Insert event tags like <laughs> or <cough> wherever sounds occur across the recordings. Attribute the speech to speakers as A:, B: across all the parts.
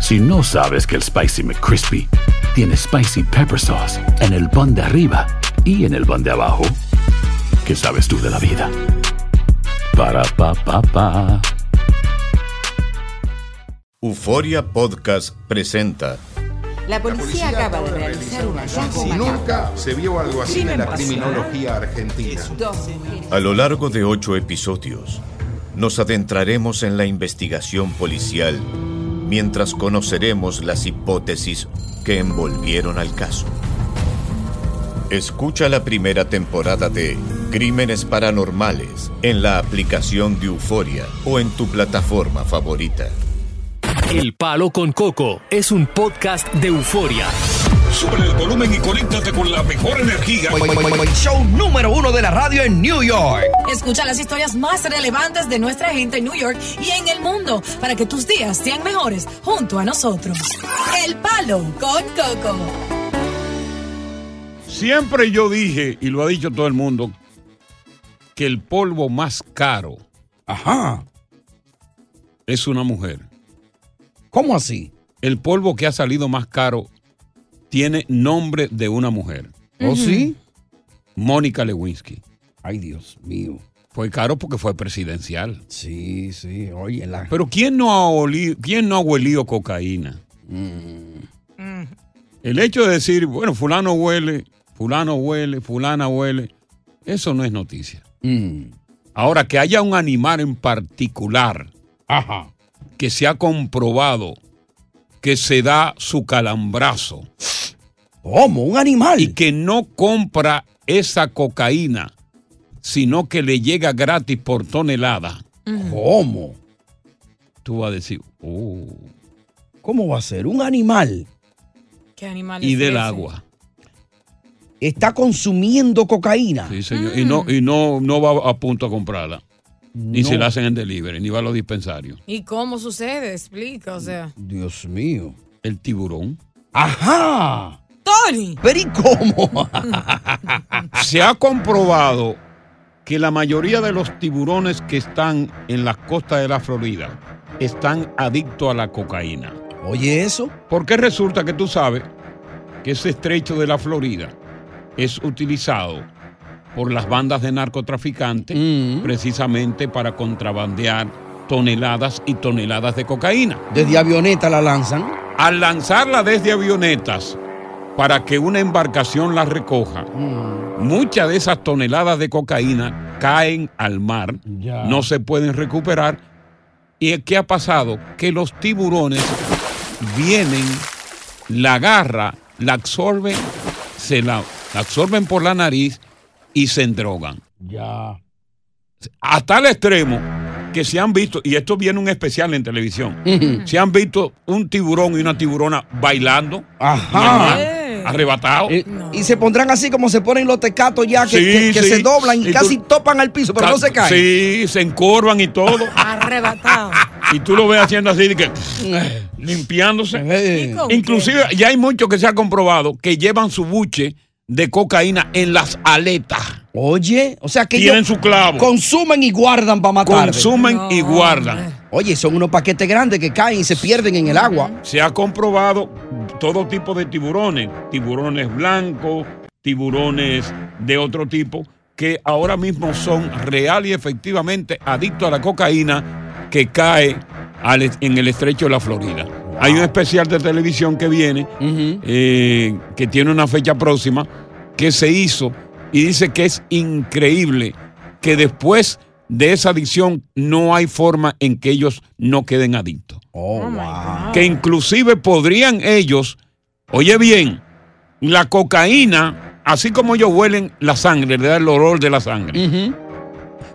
A: Si no sabes que el Spicy McCrispy tiene Spicy Pepper Sauce en el pan de arriba y en el pan de abajo, ¿qué sabes tú de la vida? Para, pa, pa, pa.
B: Euforia Podcast presenta.
C: La policía, acaba de realizar un hallazgo
D: Si nunca se vio algo así en la criminología argentina.
B: A lo largo de ocho episodios, nos adentraremos en la investigación policial mientras conoceremos las hipótesis que envolvieron al caso. Escucha la primera temporada de Crímenes Paranormales en la aplicación de Euforia o en tu plataforma favorita.
E: El Palo con Coco es un podcast de euforia.
F: Sube el volumen y conéctate con la mejor energía.
G: Show número uno de la radio en New York.
H: Escucha las historias más relevantes de nuestra gente en New York y en el mundo para que tus días sean mejores junto a nosotros. El Palo con Coco.
I: Siempre yo dije, y lo ha dicho todo el mundo, que el polvo más caro
J: Ajá.
I: es una mujer.
J: ¿Cómo así?
I: El polvo que ha salido más caro tiene nombre de una mujer.
J: ¿Oh, Ujú. sí?
I: Mónica Lewinsky.
J: Ay, Dios mío.
I: Fue caro porque fue presidencial.
J: Sí, sí, oye, la...
I: Pero ¿quién no ha olido, quién no ha huelido cocaína? El hecho de decir, bueno, fulano huele, fulano huele, fulana huele, eso no es noticia. Ahora, que haya un animal en particular que se ha comprobado que se da su calambrazo.
J: ¿Cómo? ¿Un animal?
I: Y que no compra esa cocaína, sino que le llega gratis por tonelada.
J: ¿Cómo?
I: Tú vas a decir, oh,
J: ¿Cómo va a ser? Un animal
H: ¿Qué animal
I: y del agua.
J: está consumiendo cocaína.
I: Sí, señor. Y, no, y no, no va a punto a comprarla. Ni
J: No.
I: se la hacen en delivery, ni va a los dispensarios.
K: ¿Y cómo sucede? Explica, o sea.
I: Dios mío. El tiburón.
J: ¡Ajá!
K: ¡Tony!
J: ¿Pero y cómo?
I: Se ha comprobado que la mayoría de los tiburones que están en las costas de la Florida están adictos a la cocaína.
J: Oye, eso.
I: Porque resulta que tú sabes que ese estrecho de la Florida es utilizado por las bandas de narcotraficantes
J: Mm.
I: precisamente para contrabandear toneladas y toneladas de cocaína.
J: Desde avioneta la lanzan.
I: Al lanzarla desde avionetas para que una embarcación la recoja, muchas de esas toneladas de cocaína caen al mar, no se pueden recuperar. ¿Y qué ha pasado? Que los tiburones vienen, la agarra, la absorben, se la, la absorben por la nariz y se drogan.
J: Ya.
I: Hasta el extremo que se han visto, y esto viene un especial en televisión, se han visto un tiburón y una tiburona bailando,
J: Ah.
I: normal, arrebatados.
J: Eh, Y se pondrán así como se ponen los tecatos ya que,
I: Sí,
J: que- que
I: sí.
J: se doblan y,
I: Y tú-
J: casi topan al piso, pero no se caen.
I: Sí, se encorvan y todo.
K: Arrebatado.
I: y tú lo ves haciendo así, de que, limpiándose.
J: Eh,
K: ¿Y con
I: Inclusive, ya hay muchos que se ha comprobado que llevan su buche de cocaína en las aletas.
J: Oye, o sea que
I: Tienen
J: ellos
I: su clavo.
J: Consumen y guardan para matar.
I: Consumen y guardan.
J: Oye, son unos paquetes grandes que caen y se pierden en el agua.
I: Se ha comprobado todo tipo de tiburones, tiburones blancos, tiburones de otro tipo, que ahora mismo son real y efectivamente adictos a la cocaína que cae al est- en el estrecho de la Florida. Hay un especial de televisión que viene, eh, que tiene una fecha próxima, que se hizo y dice que es increíble que después de esa adicción no hay forma en que ellos no queden adictos. Que inclusive podrían ellos, oye bien, la cocaína, así como ellos huelen la sangre, le da el olor de la sangre.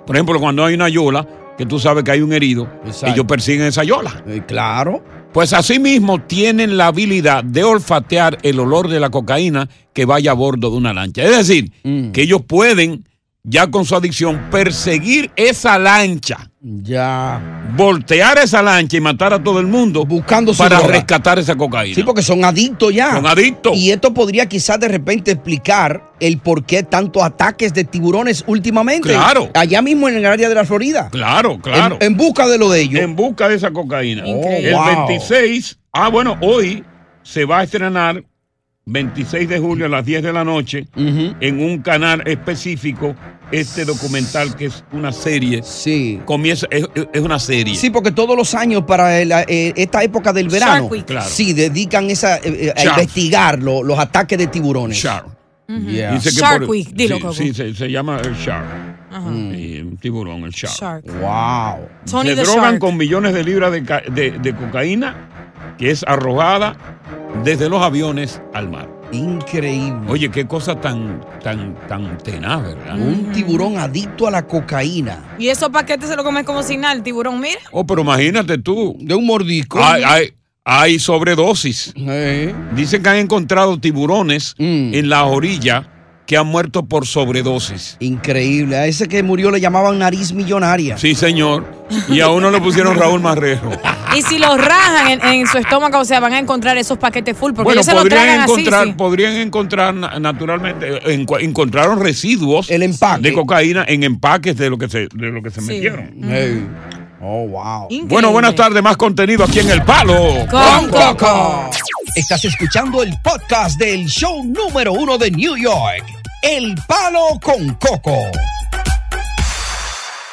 I: Por ejemplo, cuando hay una yola, que tú sabes que hay un herido, ellos persiguen esa yola.
J: Eh,
I: claro. Pues asimismo tienen la habilidad de olfatear el olor de la cocaína que vaya a bordo de una lancha. Es decir, que ellos pueden, ya con su adicción, perseguir esa lancha.
J: Ya.
I: Voltear esa lancha y matar a todo el mundo
J: Buscando su
I: para
J: droga.
I: rescatar esa cocaína.
J: Sí, porque son adictos ya.
I: Son adictos.
J: Y esto podría quizás de repente explicar el por qué tantos ataques de tiburones últimamente.
I: Claro.
J: Allá mismo en el área de la Florida.
I: Claro, claro.
J: En, en busca de lo de ellos.
I: En busca de esa cocaína.
J: Increíble.
I: El
J: Wow.
I: 26, ah, bueno, hoy se va a estrenar 26 de julio a las 10 de la noche en un canal específico este documental que es una serie.
J: Sí.
I: Comienza, es, es- es una serie.
J: Sí, porque todos los años para el, eh, esta época del verano,
I: Shark Week. Claro.
J: sí, dedican esa, eh, eh, a
I: Shark.
J: investigar lo- los ataques de tiburones.
I: Shark.
J: Yeah.
I: Dice que
K: Shark
I: por-
K: Week, dilo,
I: sí,
K: Coco.
I: Sí, se, se llama el Shark.
K: Ajá.
I: Sí, un tiburón, el Shark.
K: Shark.
J: Wow.
K: Tony
I: se
K: the
I: drogan
K: Shark.
I: con millones de libras de, ca- de- de cocaína que es arrojada desde los aviones al mar.
K: Mm.
J: Increíble.
I: Oye, qué cosa tan, tan, tan tenaz, ¿verdad?
K: Mm.
J: Un tiburón adicto a la cocaína.
K: Y esos paquetes se lo comen como sin nada, el tiburón, mira.
I: Oh, pero imagínate tú.
J: De un mordisco.
I: Hay, hay- hay sobredosis. Dicen que han encontrado tiburones
K: Mm.
I: en la orilla que han muerto por sobredosis.
J: Increíble. A ese que murió le llamaban nariz millonaria.
I: Sí, señor. Y a uno le pusieron Raúl Marrejo.
K: Y si los rajan en, en su estómago, o sea, van a encontrar esos paquetes full, porque
I: bueno,
K: ellos se lo
I: podrían
K: tragan así.
I: encontrar,
K: sí.
I: podrían encontrar na- naturalmente, eh, encu- encontraron residuos de cocaína en empaques de lo que se, de lo que se metieron.
J: Oh, wow.
I: Bueno, buenas tardes, más contenido aquí en El Palo.
G: Con Coco.
L: Estás escuchando el podcast del show número uno de New York, El Palo con Coco.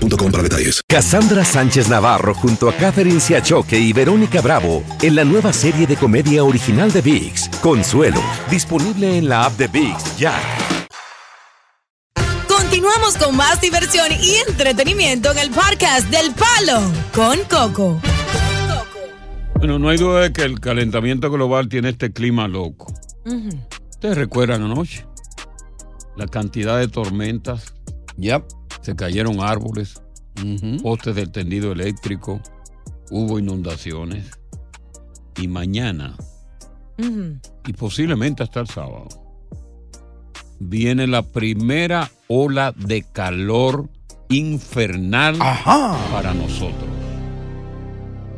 M: para detalles.
N: Cassandra Sánchez Navarro junto a Catherine Siachoque y Verónica Bravo en la nueva serie de comedia original de VIX, Consuelo, disponible en la app de VIX ya.
H: Continuamos con más diversión y entretenimiento en el podcast del Palo con Coco.
I: Bueno, no hay duda de que el calentamiento global tiene este clima loco. ¿Ustedes recuerdan anoche? La cantidad de tormentas. Se cayeron árboles, postes del tendido eléctrico, hubo inundaciones. Y mañana,
K: Ujú.
I: y posiblemente hasta el sábado, viene la primera ola de calor infernal
J: Ah.
I: para nosotros.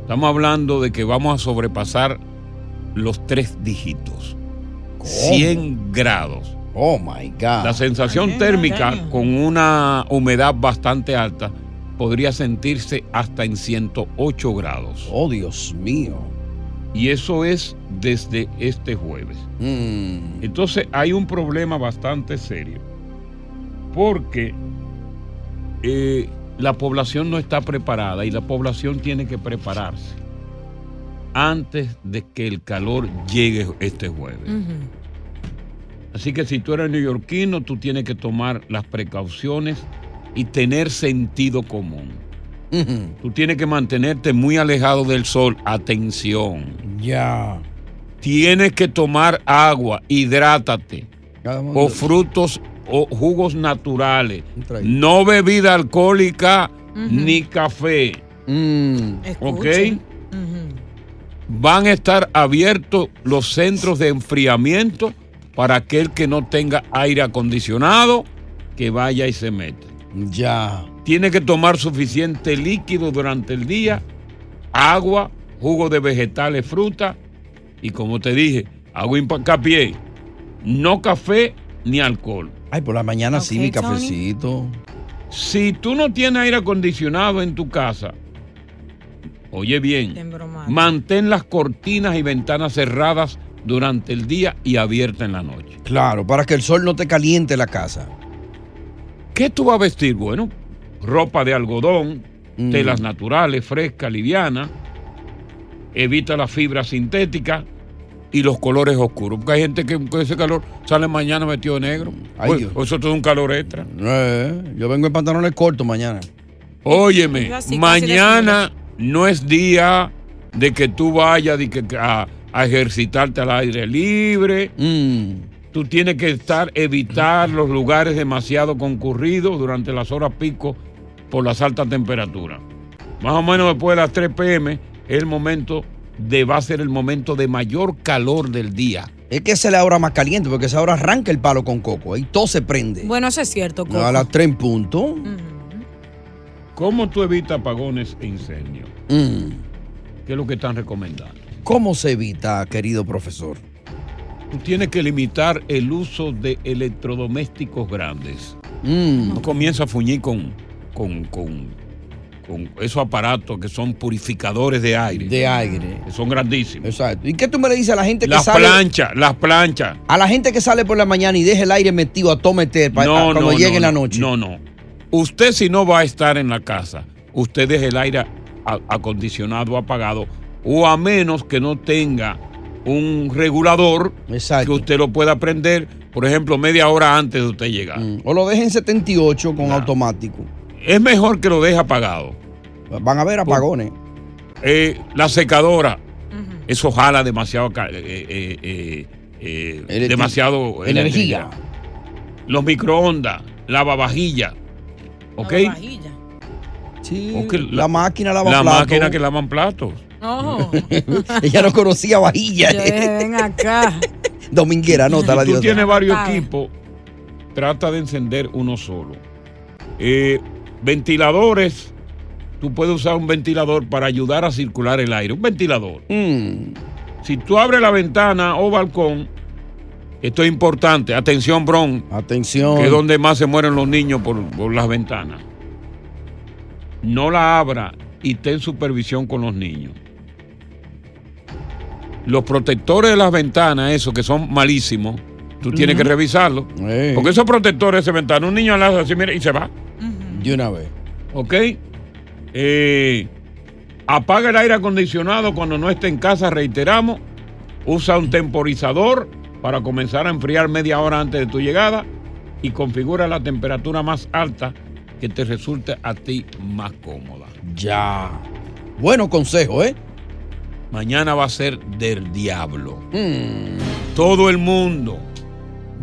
I: Estamos hablando de que vamos a sobrepasar los tres dígitos. 100 grados.
J: Oh my God.
I: La sensación térmica con una humedad bastante alta podría sentirse hasta en 108 grados.
J: Oh, Dios mío.
I: Y eso es desde este jueves.
J: Mm,
I: Entonces hay un problema bastante serio. Porque eh, la población no está preparada y la población tiene que prepararse antes de que el calor llegue este jueves. Así que si tú eres neoyorquino, tú tienes que tomar las precauciones y tener sentido común. Tú tienes que mantenerte muy alejado del sol. Atención.
J: Ya.
I: Tienes que tomar agua, hidrátate, o frutos o jugos naturales.
J: trago.
I: No bebida alcohólica ni café. ¿Ok?
G: Escuchen.
I: Van a estar abiertos los centros de enfriamiento para aquel que no tenga aire acondicionado, que vaya y se meta.
J: Ya.
I: Tiene que tomar suficiente líquido durante el día agua, jugo de vegetales, fruta y como te dije, hago hincapié, no café ni alcohol.
J: Ay, por la mañana sí, mi cafecito.
I: Si tú no tienes aire acondicionado en tu casa, oye bien, mantén las cortinas y ventanas cerradas durante el día y abiertas en la noche.
J: Claro, para que el sol no te caliente la casa.
I: ¿Qué tú vas a vestir? Bueno, ropa de algodón, mm. telas naturales, fresca, liviana. Evita las fibras sintéticas y los colores oscuros. Porque hay gente que con ese calor sale mañana metido de negro. Ay, o, Dios. o eso es un calor extra.
J: Eh, yo vengo en pantalones cortos mañana.
I: Óyeme, mañana no es día de que tú vayas de que, a, a, ejercitarte al aire libre. Mm. Tú tienes que estar, evitar los lugares demasiado concurridos durante las horas pico por las altas temperaturas. Más o menos después de las 3 pm es el momento de, va a ser el momento de mayor calor del día.
J: Es que esa es la hora más caliente, porque esa hora arranca el palo con coco. Ahí todo se prende.
K: Bueno, eso es cierto, Coco.
J: A las 3 en punto. Uh -huh.
I: ¿Cómo tú evitas apagones e incendios? Mm. ¿Qué es lo que están recomendando?
J: ¿Cómo se evita, querido profesor?
I: Tú tienes que limitar el uso de electrodomésticos grandes. Mm. No comienza a fuñir con, con, con, con, esos aparatos que son purificadores de aire.
J: De aire.
I: Que son grandísimos.
J: Exacto. ¿Y qué tú me le dices a la gente
I: las
J: que sale?
I: Las planchas, las planchas.
J: A la gente que sale por la mañana y deja el aire metido a todo meter para no, cuando no, llegue
I: no,
J: la noche.
I: No, no. Usted si no va a estar en la casa, usted deja el aire acondicionado, apagado, o a menos que no tenga un regulador
J: Exacto.
I: que usted lo pueda prender, por ejemplo, media hora antes de usted llegar. Mm.
J: O lo deje en 78 con nah. automático.
I: Es mejor que lo deje apagado.
J: Van a haber
I: Oh,
J: apagones.
I: Eh, la secadora, uh -huh. eso jala demasiado, eh, eh, demasiado
J: energía. energía.
I: Los microondas, lavavajillas. ¿Ok?
K: La vajilla.
J: Sí, okay, la, la, máquina lava
I: la
J: platos.
I: La máquina que lavan platos.
K: Oh.
I: <laughs>
J: <laughs> Ella no conocía vajilla.
K: Yeah, ven acá.
J: <laughs> Dominguera, nota la
I: diosa. Tú tienes varios Ay. equipos, trata de encender uno solo. Eh, ventiladores, tú puedes usar un ventilador para ayudar a circular el aire. Un ventilador.
J: Mm.
I: Si tú abres la ventana o balcón, esto es importante. Atención, Bron.
J: Atención.
I: Que es donde más se mueren los niños por, por las ventanas. No la abra y ten supervisión con los niños. Los protectores de las ventanas, esos que son malísimos, tú uh -huh. tienes que revisarlos. Hey. Porque esos protectores de ventanas, un niño la hace así, mira, y se va.
J: Uh -huh. De una vez.
I: ¿Ok? Eh, apaga el aire acondicionado cuando no esté en casa, reiteramos. Usa un temporizador para comenzar a enfriar media hora antes de tu llegada y configura la temperatura más alta que te resulte a ti más cómoda.
J: Ya. Bueno consejo, ¿eh?
I: Mañana va a ser del diablo. Mm. Todo el mundo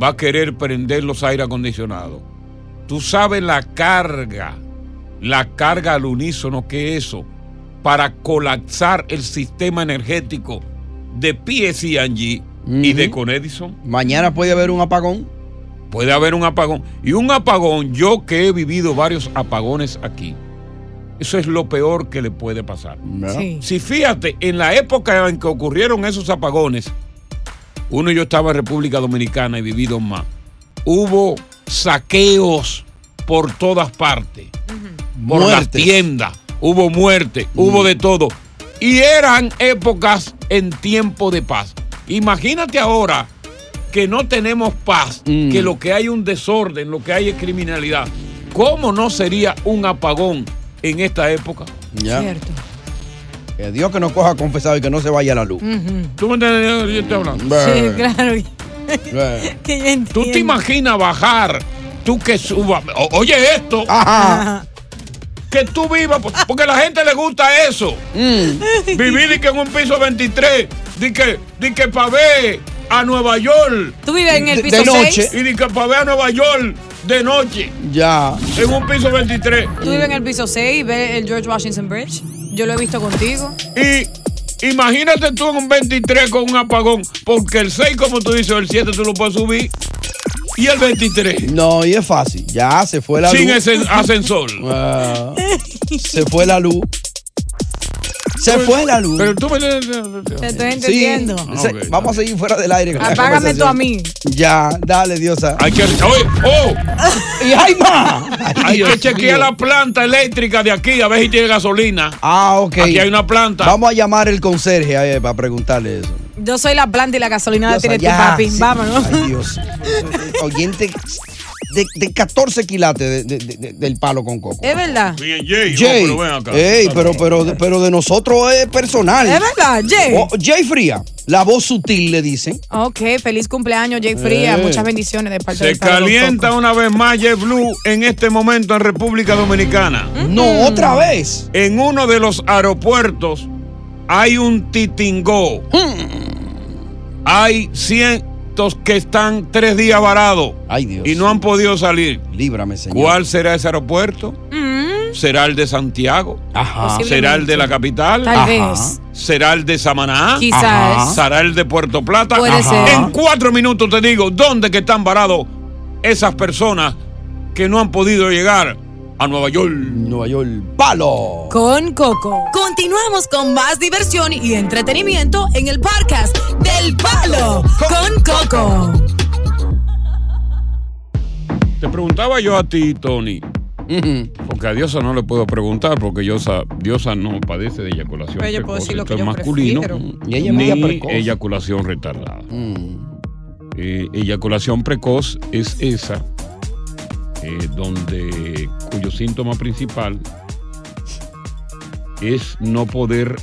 I: va a querer prender los aire acondicionados. Tú sabes la carga, la carga al unísono que es eso para colapsar el sistema energético de PSE&G Uh -huh. y de con Edison.
J: Mañana puede haber un apagón.
I: Puede haber un apagón. Y un apagón, yo que he vivido varios apagones aquí, eso es lo peor que le puede pasar.
K: No. Sí.
I: Si fíjate, en la época en que ocurrieron esos apagones, uno yo estaba en República Dominicana y viví dos más, hubo saqueos por todas partes, uh -huh. por Muertes. las tiendas, hubo muerte, uh -huh. hubo de todo. Y eran épocas en tiempo de paz. Imagínate ahora que no tenemos paz, mm. que lo que hay un desorden, lo que hay es criminalidad. ¿Cómo no sería un apagón en esta época?
J: Ya. Cierto. Que Dios que nos coja confesado y que no se vaya la luz. Uh
I: -huh. ¿Tú me entiendes yo estoy hablando?
K: Sí, claro. <laughs> que yo entiendo.
I: Eh. Tú te imaginas bajar, tú que subas. Oye, esto.
J: Ajá.
I: que tú vivas, porque a la gente le gusta eso.
J: Mm.
I: Vivir y que en un piso 23, di que, di que para ver a Nueva York.
K: Tú vives en el piso de
J: noche. 6?
I: Y di que para ver a Nueva York de noche.
J: Ya.
I: En un piso 23.
K: Tú vives en el piso 6 y ves el George Washington Bridge. Yo lo he visto contigo.
I: Y imagínate tú en un 23 con un apagón, porque el 6, como tú dices, el 7 tú lo puedes subir y el 23.
J: No, y es fácil. Ya se fue la
I: Sin
J: luz.
I: Sin ascensor.
J: Uh, se fue la luz. Se fue la luz.
I: Pero tú me... Te
K: estoy entendiendo.
J: Sí, se-
I: Ok.
J: vamos a seguir fuera del aire. con la
K: Apágame tú a
J: conversación.
K: mí.
J: Ya, dale, Diosa.
I: Hay que, oye, oh,
J: ¡Y hay más!
I: hay que chequear la planta eléctrica de aquí a ver si tiene gasolina.
J: Ah, ok.
I: Aquí hay una planta.
J: Vamos a llamar el conserje ahí eh, para preguntarle eso.
K: Yo soy la planta y la gasolina la
J: Diosa,
K: tiene tu
J: ya,
K: papi.
J: sí.
K: Vámonos.
J: Ay, Dios. Oyente de, de 14 quilates de- de- de- de- del palo con coco.
K: <laughs> Es verdad.
I: Bien, Jay,
J: Jay, Eh.
I: no, pero ven acá.
J: ey, pero, pero, pero de nosotros es personal.
K: Es verdad, Jay.
J: Oh, Jay Fría, la voz sutil le dicen.
K: Ok, feliz cumpleaños, Jay Fría.
I: Eh.
K: Muchas bendiciones de parte
I: Se
K: del Palo con
I: calienta una vez más JetBlue en este momento en República Dominicana.
J: No, otra vez.
I: En uno de los aeropuertos hay un titingó. Hay cientos que están tres días varados
J: Ay, Dios.
I: y no han podido salir.
J: Líbrame, señor.
I: ¿Cuál será ese aeropuerto? ¿Será el de Santiago?
J: Ajá.
I: ¿Será el de la capital?
K: Tal Ajá. vez.
I: ¿Será el de Samaná?
K: Quizás. Ajá.
I: ¿Será el de Puerto Plata?
K: Puede Ajá. ser.
I: En cuatro minutos te digo dónde que están varados esas personas que no han podido llegar a Nueva York.
J: Nueva York. ¡Palo!
K: Con Coco.
H: Continuamos con más diversión y entretenimiento en el podcast del Palo con Coco.
I: Te preguntaba yo a ti, Tony. Porque a Diosa no le puedo preguntar, porque Diosa, Diosa no padece de eyaculación.
K: Pero yo puedo
I: precoz,
K: decir lo
I: esto
K: que
I: es
K: yo
I: masculino,
K: prefiero.
J: Y ella es media
I: ni
J: precoz.
I: eyaculación retardada.
J: Mm.
I: Eh, eyaculación precoz es esa eh, donde cuyo síntoma principal es no poder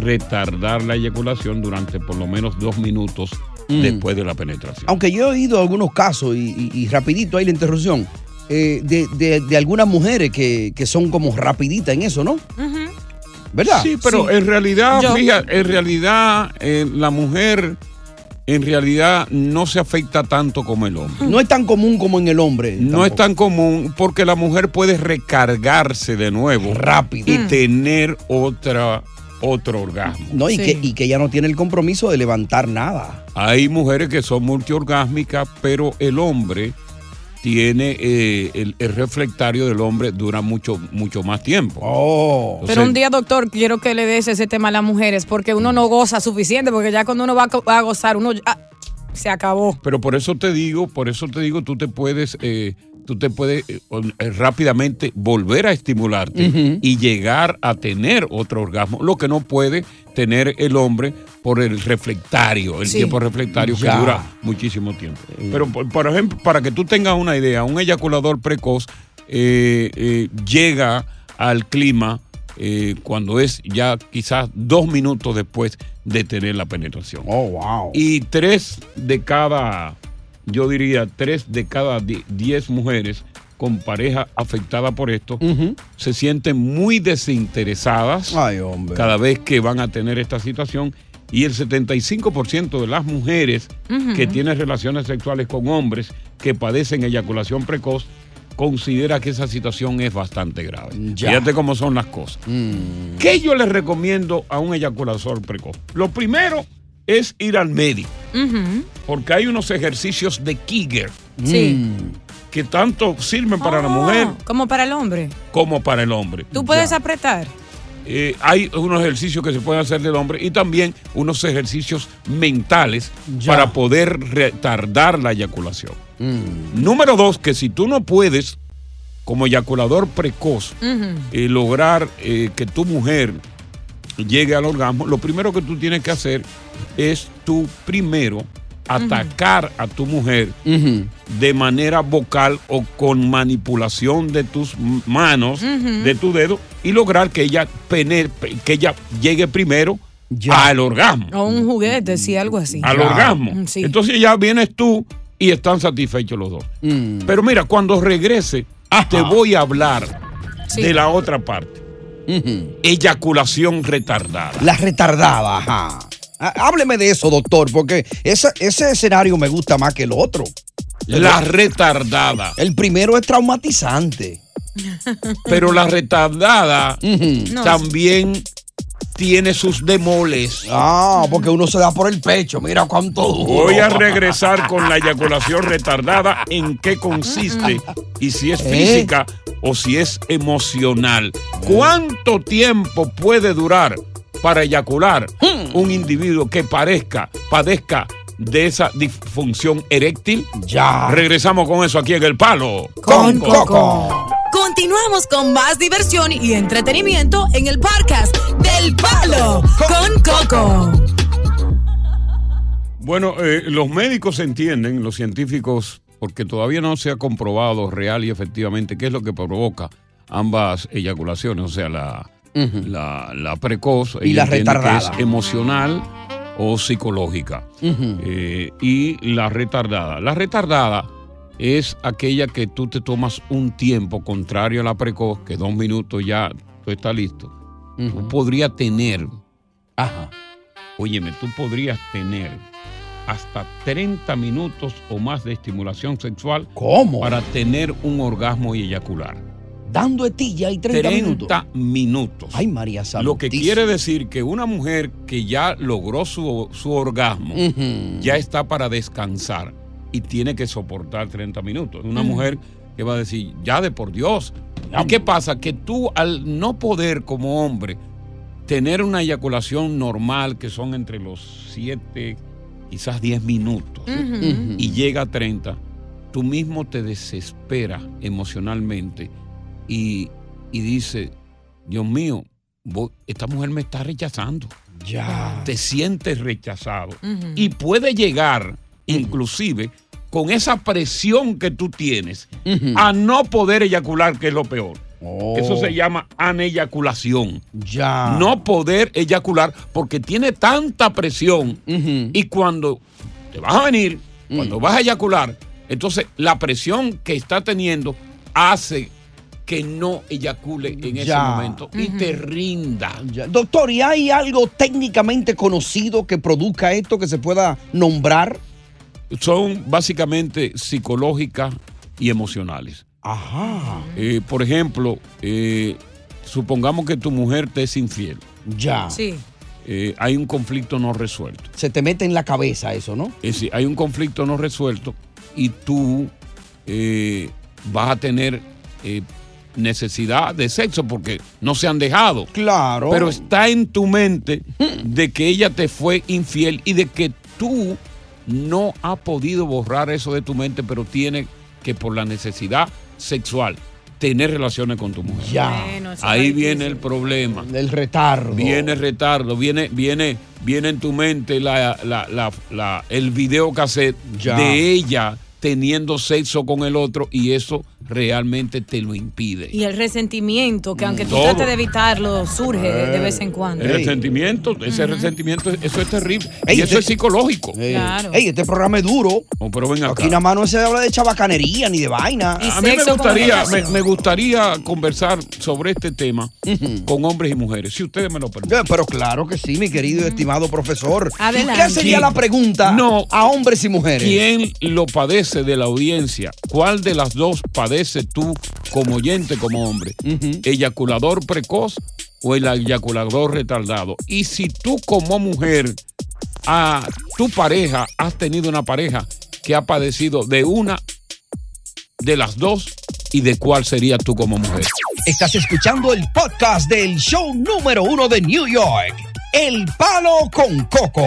I: retardar la eyaculación durante por lo menos dos minutos
J: Mm.
I: después de la penetración.
J: Aunque yo he oído algunos casos, y, y- y rapidito ahí la interrupción, eh, de, de- de algunas mujeres que, que son como rapiditas en eso, ¿no? ¿Verdad?
I: Sí, pero en realidad,
J: Yo-
I: fíjate, en realidad eh, la mujer en realidad no se afecta tanto como el hombre.
J: No es tan común como en el hombre.
I: No es tan común porque la mujer puede recargarse de nuevo
J: Rápido.
I: y tener otra otro orgasmo.
J: No, y,
K: Sí.
J: que, y que ella no tiene el compromiso de levantar nada.
I: Hay mujeres que son multiorgásmicas, pero el hombre tiene eh, el, el reflectario del hombre dura mucho mucho más tiempo.
J: Oh.
K: Pero
I: Entonces,
K: un día, doctor, quiero que le des ese tema a las mujeres, porque uno no goza suficiente, porque ya cuando uno va a, co- va a gozar, uno ya- ah, se acabó.
I: Pero por eso te digo, por eso te digo, tú te puedes, eh, tú te puedes eh, ol- eh, rápidamente volver a estimularte
J: Ujú.
I: y llegar a tener otro orgasmo, lo que no puede tener el hombre por el reflectario, el
K: Sí.
I: tiempo reflectario
J: Ya. Eh.
I: que dura muchísimo tiempo. Pero por, por ejemplo, para que tú tengas una idea, un eyaculador precoz eh, eh, llega al clima eh, cuando es ya quizás dos minutos después de tener la penetración.
J: Oh, wow.
I: Y tres de cada, yo diría, tres de cada di- diez mujeres con pareja afectada por esto
J: Ujú.
I: se sienten muy desinteresadas
J: Ay, hombre.
I: cada vez que van a tener esta situación y el 75% de las mujeres que tienen relaciones sexuales con hombres que padecen eyaculación precoz considera que esa situación es bastante grave.
J: Ya.
I: Fíjate cómo son las cosas.
J: Mm.
I: ¿Qué yo les recomiendo a un eyaculador precoz? Lo primero es ir al médico,
K: Ujú.
I: porque hay unos ejercicios de Kiger
K: Sí.
J: Mm.
I: que tanto sirven para la
K: Ah,
I: mujer
K: Como para el hombre.
I: como para el hombre.
K: Tú puedes apretar.
I: Eh, hay unos ejercicios que se pueden hacer del hombre y también unos ejercicios mentales
J: Ya.
I: para poder retardar la eyaculación.
J: Mm.
I: Número dos, que si tú no puedes, como eyaculador precoz,
K: Ujú.
I: eh, lograr eh, que tu mujer llegue al orgasmo, lo primero que tú tienes que hacer es tú primero atacar a tu mujer
J: Ujú.
I: de manera vocal o con manipulación de tus m- manos,
K: Ujú.
I: de tu dedo, y lograr que ella, pene- pe- que ella llegue primero
J: Ya.
I: al orgasmo.
K: O un juguete, sí, algo así.
I: Al
J: Ya.
I: orgasmo.
K: Mm, sí.
I: Entonces ya vienes tú y están satisfechos los dos.
J: Mm.
I: Pero mira, cuando regrese, te voy a hablar
K: Sí.
I: de la otra parte.
J: Ujú.
I: Eyaculación retardada.
J: La retardada, ajá. Há- Hábleme de eso, doctor, porque esa- ese escenario me gusta más que el otro.
I: La
K: <laughs>
I: retardada.
J: El primero es traumatizante.
I: Pero la retardada
J: Ujú.
K: No,
I: también tiene sus demoles.
J: Ah, porque uno se da por el pecho. Mira cuánto duro. <laughs>
I: Voy a regresar con la eyaculación retardada, en qué consiste y si es
J: ¿Eh?
I: física o si es emocional. ¿Cuánto tiempo puede durar para eyacular
J: Hmm.
I: un individuo que parezca, padezca de esa disfunción eréctil?
J: Ya.
I: Regresamos con eso aquí en El Palo.
H: Con Coco. Continuamos con más diversión y entretenimiento en el podcast del Palo con Coco.
I: Bueno, eh, los médicos entienden, los científicos, porque todavía no se ha comprobado real y efectivamente qué es lo que provoca ambas eyaculaciones, o sea, la,
J: Ujú.
I: la, la precoz
J: Y la
I: ella entiende que
J: retardada.
I: es emocional o psicológica.
J: Ujú.
I: Eh, y la retardada. La retardada es aquella que tú te tomas un tiempo, contrario a la precoz, que dos minutos ya tú estás listo. Tú podrías tener, ajá, óyeme, tú podrías tener hasta 30 minutos o más de estimulación sexual
J: ¿Cómo?
I: para tener un orgasmo y eyacular.
J: Dando etilla y 30, minutos.
I: 30 minutos.
J: Ay, María
I: Lo que
J: Santísima.
I: quiere decir que una mujer que ya logró su, su orgasmo
J: Ujú.
I: ya está para descansar y tiene que soportar 30 minutos. Una
J: Ujú.
I: mujer que va a decir, ya de por Dios. ¿Y qué pasa? Que tú al no poder como hombre tener una eyaculación normal, que son entre los 7, quizás 10 minutos,
K: Ujú.
I: y llega a 30, tú mismo te desesperas emocionalmente y, y dices, Dios mío, voy- esta mujer me está rechazando.
J: Ya.
I: Te sientes rechazado.
J: Ah. Ujú.
I: Y puede llegar, inclusive, con esa presión que tú tienes, a no poder eyacular, que es lo peor. Eso se llama aneyaculación.
J: Oh. Ya.
I: No poder eyacular porque tiene tanta presión. Y cuando te vas a venir,
J: Mm.
I: cuando vas a eyacular, entonces la presión que está teniendo hace que no eyacule en ese
J: Ya.
I: momento y te rinda.
J: Ya. Doctor, ¿y hay algo técnicamente conocido que produzca esto que se pueda nombrar?
I: Son básicamente psicológicas y emocionales.
J: Ajá.
I: Eh, por ejemplo, eh, supongamos que tu mujer te es infiel.
J: Ya.
I: Eh, hay un conflicto no resuelto.
J: Se te mete en la cabeza eso, ¿no?
I: Es decir, hay un conflicto no resuelto y tú eh, vas a tener eh, necesidad de sexo porque no se han dejado.
J: Claro.
I: Pero está en tu mente de que ella te fue infiel y de que tú no has podido borrar eso de tu mente, pero tienes que por la necesidad sexual tener relaciones con tu mujer.
J: Ya.
I: Ah, Ahí viene el problema.
J: El retardo.
I: Viene retardo, viene, viene, viene en tu mente la, la- la- la- el video cassette
J: Ya.
I: de ella teniendo sexo con el otro y eso realmente te lo impide.
K: Y el resentimiento, que aunque tú
I: Todo.
K: trates de evitarlo, surge de, de vez en cuando.
I: El resentimiento, ese resentimiento, eso es terrible.
J: Ey,
I: y eso
J: te-
I: es psicológico.
J: Ey, ey, este programa es duro.
I: Oh, pero ven acá.
J: Aquí nada más no se habla de chabacanería ni de vaina.
I: A mí me gustaría, me, me gustaría conversar sobre este tema con hombres y mujeres, si ustedes me lo permiten.
J: Eh, Pero claro que sí, mi querido y estimado profesor.
I: Adelante.
J: ¿Qué sería la pregunta a hombres y mujeres?
I: ¿Quién lo padece de la audiencia? ¿Cuál de las dos padece tú como oyente, como hombre? ¿Eyaculador precoz o el eyaculador retardado? Y si tú como mujer, a tu pareja, has tenido una pareja que ha padecido de una de las dos y de cuál sería tú como mujer.
L: Estás escuchando el podcast del show número uno de New York, El Palo con Coco.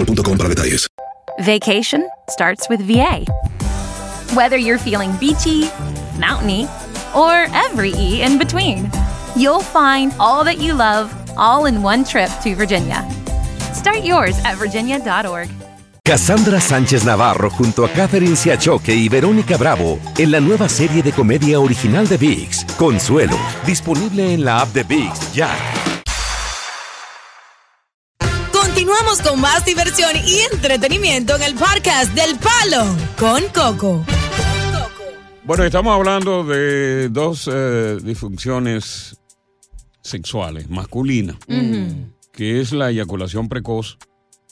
M: para detalles.
O: Vacation starts with VA. Whether you're feeling beachy, mountainy, or every E in between, you'll find all that you love all in one trip to Virginia. Start yours at virginia.org.
N: Cassandra Sánchez Navarro junto a Catherine Siachoque y Verónica Bravo en la nueva serie de comedia original de VIX, Consuelo, disponible en la app de VIX ya.
H: Continuamos con más diversión y entretenimiento en el podcast del Palo con Coco.
I: Bueno, estamos hablando de dos eh, disfunciones sexuales masculinas, que es la eyaculación precoz,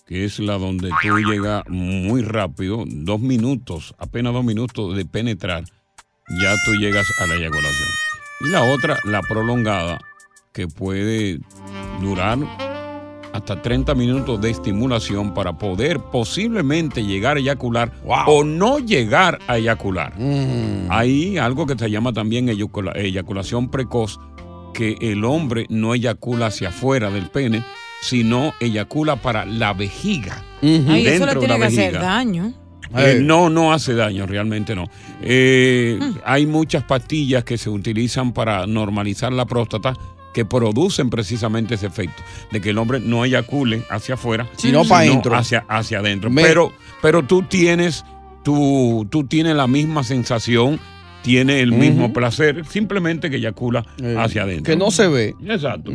I: que es la donde tú llegas muy rápido, dos minutos, apenas dos minutos de penetrar, ya tú llegas a la eyaculación. Y la otra, la prolongada, que puede durar hasta 30 minutos de estimulación para poder posiblemente llegar a eyacular o no llegar a eyacular. Hay algo que se llama también eyacula- eyaculación precoz, que el hombre no eyacula hacia afuera del pene, sino eyacula para la vejiga.
K: Ay, eso le
I: dentro de
K: tiene
I: la
K: que hacer
I: vejiga.
K: daño.
I: Eh, no, no hace daño, realmente no. Eh, Hay muchas pastillas que se utilizan para normalizar la próstata que producen precisamente ese efecto, de que el hombre no eyacule hacia afuera,
J: Sino pa' dentro.
I: Hacia, hacia adentro.
J: Me-
I: Pero, pero tú tienes, tú, tú tienes la misma sensación, tienes el mismo placer, simplemente que eyacula hacia adentro.
J: Eh, Que no se ve.
I: Exacto.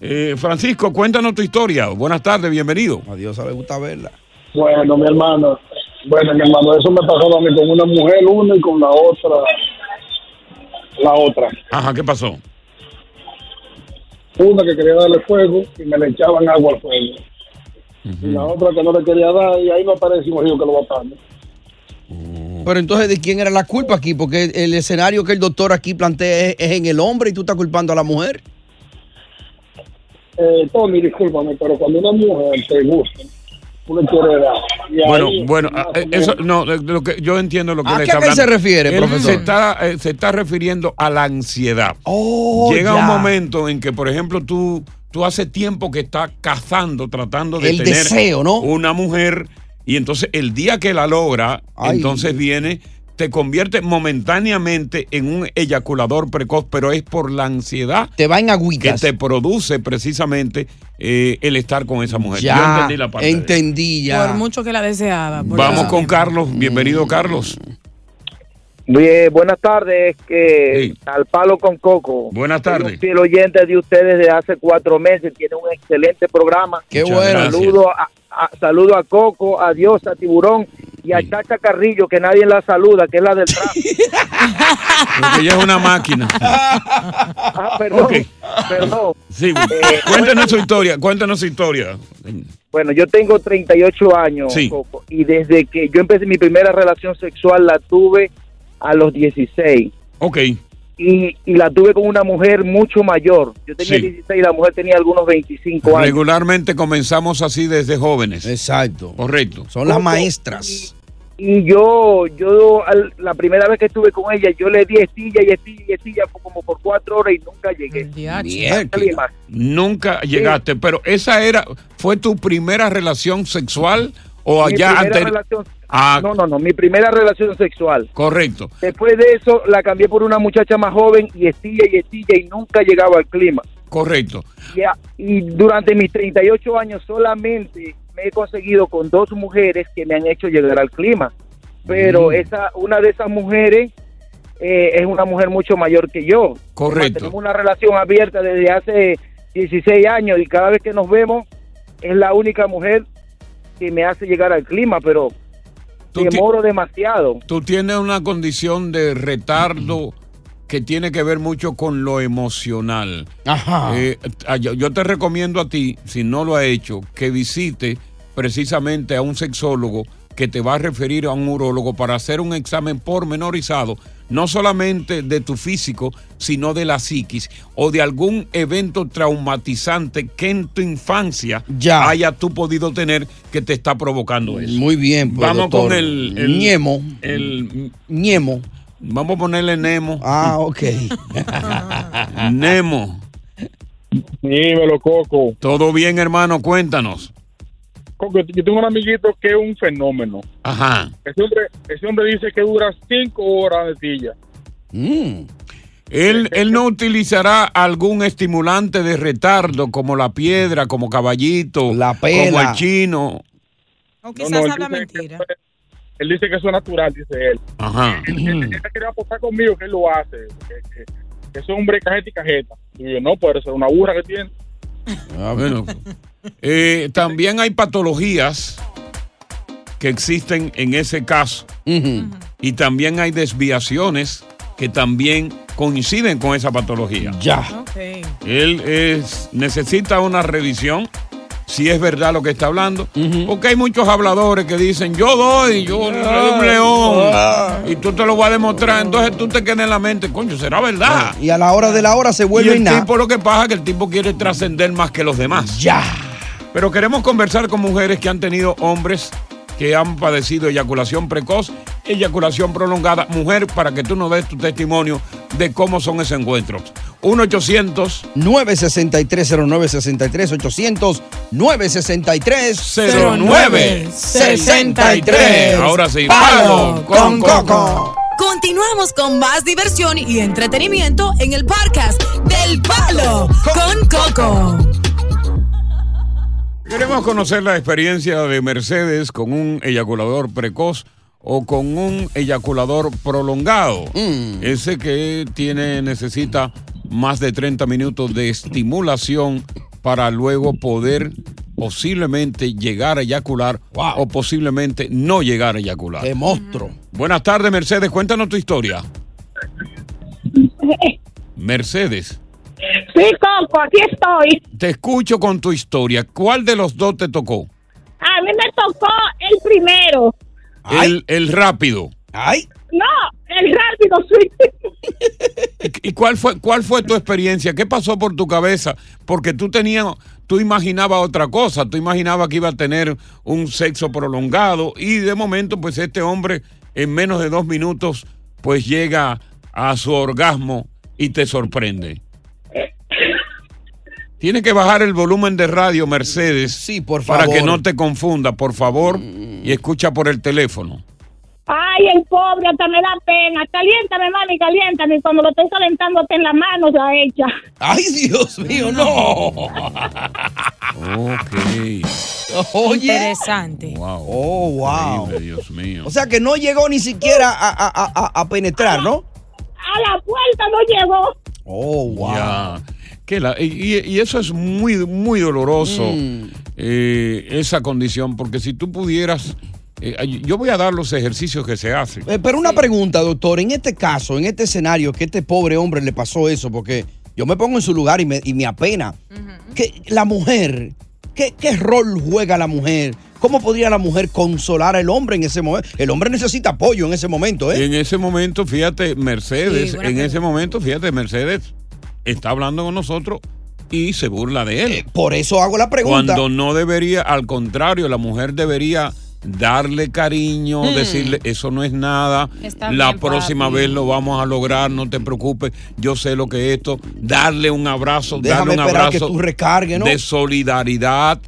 I: Eh, Francisco, cuéntanos tu historia. Buenas tardes, bienvenido.
J: Adiós, le gusta verla.
P: Bueno, mi hermano. Bueno, mi hermano, eso me pasó a mí con una mujer una y con la otra. La otra.
I: Ajá, ¿qué pasó?
P: Una que quería darle fuego y me le echaban agua al fuego. Y la otra que no le quería dar y ahí me aparece un río que lo mataba.
J: Pero entonces, ¿de quién era la culpa aquí? Porque el escenario que el doctor aquí plantea es, es en el hombre y tú estás culpando a la mujer.
P: Eh, Tony, discúlpame, pero cuando una mujer te gusta, tú le quieres dar. Y
I: Bueno,
P: ahí-
I: bueno, ah, eh, eso no, eh, lo que, yo entiendo lo que
J: ¿A
I: él
J: qué-
I: está
J: a qué se
I: hablando.
J: refiere,
I: Él
J: profesor?
I: Se está, eh, se está refiriendo a la ansiedad.
L: Oh,
I: Llega
J: ya.
I: un momento en que, por ejemplo, tú, tú hace tiempo que estás cazando, tratando de
J: El
I: tener
J: deseo, ¿no?
I: una mujer, y entonces el día que la logra,
J: Ay.
I: entonces viene, te convierte momentáneamente en un eyaculador precoz, pero es por la ansiedad
J: Te va en
I: que
J: agüitas.
I: te produce precisamente eh, el estar con esa mujer. Yo
J: Ya,
I: entendí la parte. de él.
J: entendí
K: Por
J: ya.
K: mucho que la deseaba. por
I: Vamos
K: eso.
I: con Carlos. Bienvenido, Carlos.
Q: Bien, buenas tardes, que al palo con coco.
I: Buenas
Q: tardes. Soy un fiel oyente de ustedes desde hace cuatro meses, tiene un excelente programa.
J: Qué Muchas bueno. gracias.
Q: Saludo a, a- saludo a Coco, a Dios, a Tiburón y a Chacha Carrillo, que nadie la saluda, que es la del tráfico.
I: <laughs> Porque ella es una máquina.
Q: Ah, perdón, perdón. Eh,
I: Sí, cuéntanos su historia, cuéntanos su historia.
Q: Bueno, yo tengo 38 años,
I: Sí.
Q: Coco, y desde que yo empecé mi primera relación sexual la tuve a los 16.
I: Ok.
Q: Y, y la tuve con una mujer mucho mayor. Yo tenía
I: Sí.
Q: 16 y la mujer tenía algunos 25 años.
I: Regularmente comenzamos así desde jóvenes.
J: Exacto.
I: Correcto.
J: Son
Q: las
J: maestras.
Q: Y yo, yo al- la primera vez que estuve con ella, yo le di estilla y estilla y estilla por- como por cuatro horas y nunca llegué. Alguien más.
I: Nunca llegaste, pero esa era, ¿fue tu primera relación sexual o
Q: Mi
I: allá
Q: primera
I: anterior?
Q: relación-
I: Ah.
Q: No, no, no, mi primera relación sexual.
I: Correcto.
Q: Después de eso la cambié por una muchacha más joven y estilla y estilla y nunca llegaba al clima.
I: Correcto.
Q: Y, a- y durante mis 38 años solamente me he conseguido con dos mujeres que me han hecho llegar al clima. Pero
I: Mm.
Q: esa una de esas mujeres eh, es una mujer mucho mayor que yo.
I: Correcto.
Q: Tenemos una relación abierta desde hace 16 años y cada vez que nos vemos es la única mujer que me hace llegar al clima, pero demoro demasiado.
I: Tú tienes una condición de retardo que tiene que ver mucho con lo emocional.
J: Ajá.
I: Eh, a- yo- yo te recomiendo a ti, si no lo has hecho, que visite precisamente a un sexólogo que te va a referir a un urólogo para hacer un examen pormenorizado, no solamente de tu físico, sino de la psiquis o de algún evento traumatizante que en tu infancia
J: Ya.
I: haya tú podido tener que te está provocando eso.
J: Muy bien, pues,
I: Vamos
J: doctor.
I: con el, el
J: Ñemo.
I: El
J: Ñemo.
I: Vamos a ponerle Nemo.
J: Ah, <laughs> ok.
I: Nemo.
R: Dímelo, Coco.
I: Todo bien, hermano, cuéntanos.
R: Coco, yo tengo un amiguito que es un fenómeno.
I: Ajá.
R: Ese hombre, ese hombre dice que dura cinco horas de silla.
J: Mm.
I: Él, él no utilizará algún estimulante de retardo como la piedra, como caballito, como
R: pela.
I: el chino.
R: O
K: quizás habla
R: mentira. él dice que eso es natural, dice él.
I: Ajá.
R: Él quería apostar conmigo que él lo hace. Que, que- que es un hombre cajeta y cajeta. Y yo, no, puede ser una burra que tiene.
I: Ah, Bueno, eh, también hay patologías que existen en ese caso. Y también hay desviaciones que también coinciden con esa patología.
J: Ya.
K: Okay.
I: Él es, necesita una revisión, si es verdad lo que está hablando, porque hay muchos habladores que dicen, yo doy, yo soy
J: Ah.
I: un león, y tú te lo vas a demostrar, entonces tú te quedas en la mente, coño, será verdad.
J: Y a la hora de la hora se
I: Y
J: Ah. vuelve
I: el
J: nada.
I: tipo lo que pasa es que el tipo quiere trascender más que los demás.
J: Ya.
I: Pero queremos conversar con mujeres que han tenido hombres que han padecido eyaculación precoz, eyaculación prolongada. Mujer, para que tú nos des tu testimonio de cómo son esos encuentros. 1-800.
J: 963-0963-800.
I: 0963.
J: 963-0963.
I: Ahora sí, Palo con
J: Coco.
H: Continuamos con más diversión y entretenimiento en el podcast del Palo con Coco.
I: Queremos conocer la experiencia de Mercedes con un eyaculador precoz o con un eyaculador prolongado. Ese que tiene, necesita más de 30 minutos de estimulación para luego poder posiblemente llegar a eyacular o posiblemente no llegar a eyacular. ¡Qué
J: monstruo!
I: Buenas tardes, Mercedes. Cuéntanos tu historia. Mercedes,
S: Sí, Coco, aquí estoy.
I: te escucho con tu historia. ¿Cuál de los dos te tocó?
S: A mí me tocó el primero.
I: El, el rápido.
J: Ay.
S: No, el rápido, sí.
I: ¿Y cuál fue, cuál fue tu experiencia? ¿Qué pasó por tu cabeza? Porque tú tenías, tú imaginabas otra cosa, tú imaginabas que iba a tener un sexo prolongado y de momento, pues este hombre en menos de dos minutos, pues llega a su orgasmo y
S: <laughs>
I: te sorprende. Tienes que bajar el volumen de radio, Mercedes.
J: Sí, por
I: Para
J: favor.
I: que no te confunda, por favor, y escucha por el teléfono.
S: Ay, el pobre, hasta me da pena. Caliéntame, mami, caliéntame. Cuando lo estoy calentando, hasta en las manos ya hecha.
J: Ay, Dios mío, no.
I: <laughs>
J: Oye.
K: Interesante.
J: Oh, wow.
I: Dios mío.
J: O sea que no llegó ni siquiera a, a- a- a- a penetrar, ¿no?
S: A la puerta no llegó.
J: Oh, wow.
I: Ya. Que la- y, y- y eso es muy, muy doloroso, eh, esa condición, porque si tú pudieras... eh, ay, yo voy a dar los ejercicios que se hacen.
J: Eh, pero una pregunta, doctor. En este caso, en este escenario, que este pobre hombre le pasó eso, porque yo me pongo en su lugar y me, y me apena. que, la mujer, ¿qué, ¿qué rol juega la mujer? ¿Cómo podría la mujer consolar al hombre en ese momento? El hombre necesita apoyo en ese momento, ¿eh?
I: En ese momento, fíjate, Mercedes,
J: Sí,
I: en
J: buena
I: ese momento, fíjate, Mercedes está hablando con nosotros y se burla de él.
J: por eso hago la pregunta.
I: Cuando no debería, al contrario, la mujer debería darle cariño,
J: Mm.
I: decirle, eso no es nada,
J: Está
I: la
J: bien,
I: próxima
J: papi".
I: vez lo vamos a lograr, no te preocupes, yo sé lo que es esto, darle un abrazo,
J: Déjame
I: darle un
J: esperar que
I: abrazo
J: tú recargues, ¿no?
I: de solidaridad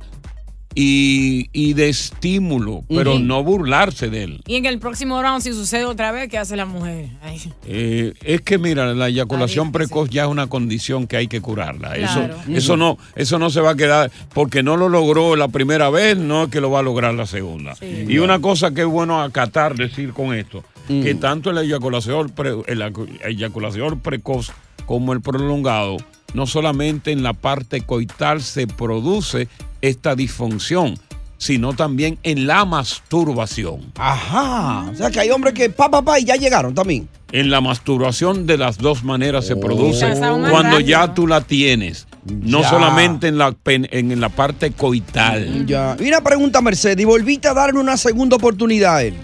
I: y, y de estímulo, pero
K: Ujú.
I: no burlarse de él.
K: Y en el próximo round, si sucede otra vez, ¿qué hace la mujer? Ay.
I: Eh, es que mira, la eyaculación precoz ya es una condición que hay que curarla.
K: Claro.
I: Eso, eso no, eso no se va a quedar porque no lo logró la primera vez, no es que lo va a lograr la segunda.
T: Sí.
I: Y una cosa que es bueno acatar decir con esto, que tanto la eyaculación, pre- el acu- eyaculación precoz como el prolongado, no solamente en la parte coital se produce esta disfunción, sino también en la masturbación.
J: Ajá. O sea que hay hombres que pa, pa, pa, y ya llegaron también.
I: En la masturbación de las dos maneras se produce
J: Pasa un
I: cuando
J: daño.
I: ya tú la tienes, no
J: Ya.
I: solamente en la, pen- en la parte coital.
J: Mm. Ya. Y una pregunta, Mercedes, y volviste a darle una segunda oportunidad a él.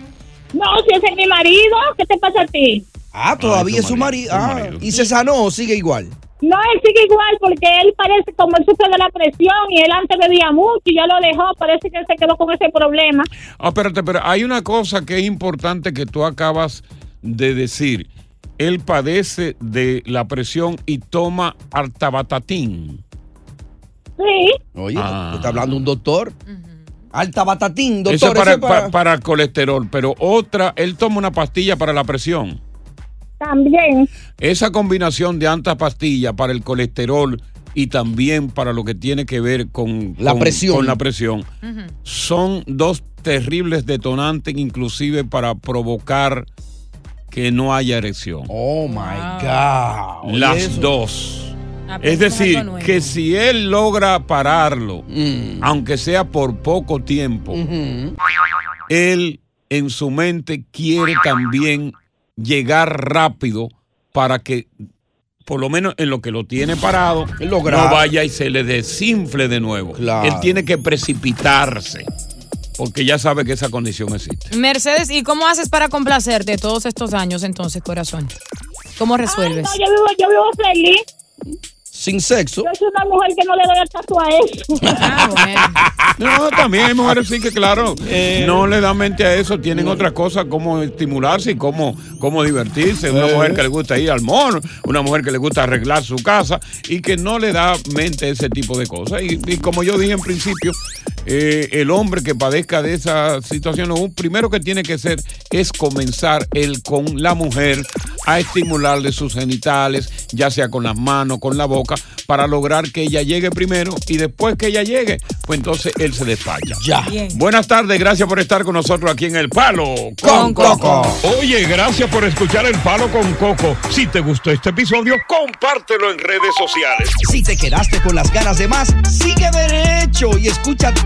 S: No, si ese es mi marido, ¿qué te pasa a ti?
J: Ah, todavía es su marido. Ah, y se sanó o sigue igual.
S: No, él sigue igual porque él parece como él sufre de la presión y él antes bebía mucho y ya lo dejó. Parece que él se quedó con ese problema.
I: Ah, espérate, pero hay una cosa que es importante que tú acabas de decir. Él padece de la presión y toma artabatatín.
S: Sí.
J: Oye, está hablando un doctor. Alta batatín, doctor.
I: Ah. Eso es para,
J: ese para-
I: pa- para el colesterol, pero otra, él toma una pastilla para la presión.
S: También.
I: Esa combinación de altas pastillas para el colesterol y también para lo que tiene que ver con
J: La
I: con-
J: presión.
I: con la presión son dos terribles detonantes inclusive para provocar que no haya erección.
J: Oh my God. Oye,
I: Las
J: eso.
I: dos.
J: Aprendí
I: Es decir,
J: algo nuevo.
I: que si él logra pararlo, aunque sea por poco tiempo, él en su mente quiere también llegar rápido para que por lo menos en lo que lo tiene parado,
J: Lograr.
I: no vaya y se le desinfle de nuevo.
J: Claro.
I: Él tiene que precipitarse, porque ya sabe que esa condición existe.
K: Mercedes, ¿y cómo haces para complacerte todos estos años entonces, corazón? ¿Cómo resuelves?
S: Yo vivo, yo vivo feliz.
J: Sin sexo.
S: Yo soy una mujer que no le doy el caso a eso.
K: Ah,
I: No, también hay mujeres sí que, claro, no le dan mente a eso, tienen otras cosas como estimularse y cómo, cómo divertirse. Una
J: Eh.
I: mujer que le gusta ir al mono, una mujer que le gusta arreglar su casa y que no le da mente a ese tipo de cosas. Y, y como yo dije en principio, eh, el hombre que padezca de esa situación, lo primero que tiene que hacer es comenzar él con la mujer a estimularle sus genitales, ya sea con las manos, con la boca, para lograr que ella llegue primero y después que ella llegue, pues entonces él se despacha.
J: Ya.
I: Buenas tardes, gracias por estar con nosotros aquí en El Palo
J: Con Coco.
I: Oye, gracias por escuchar El Palo con Coco. Si te gustó este episodio, compártelo en redes sociales.
L: Si te quedaste con las ganas de más, sigue derecho y escucha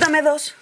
U: Dame dos.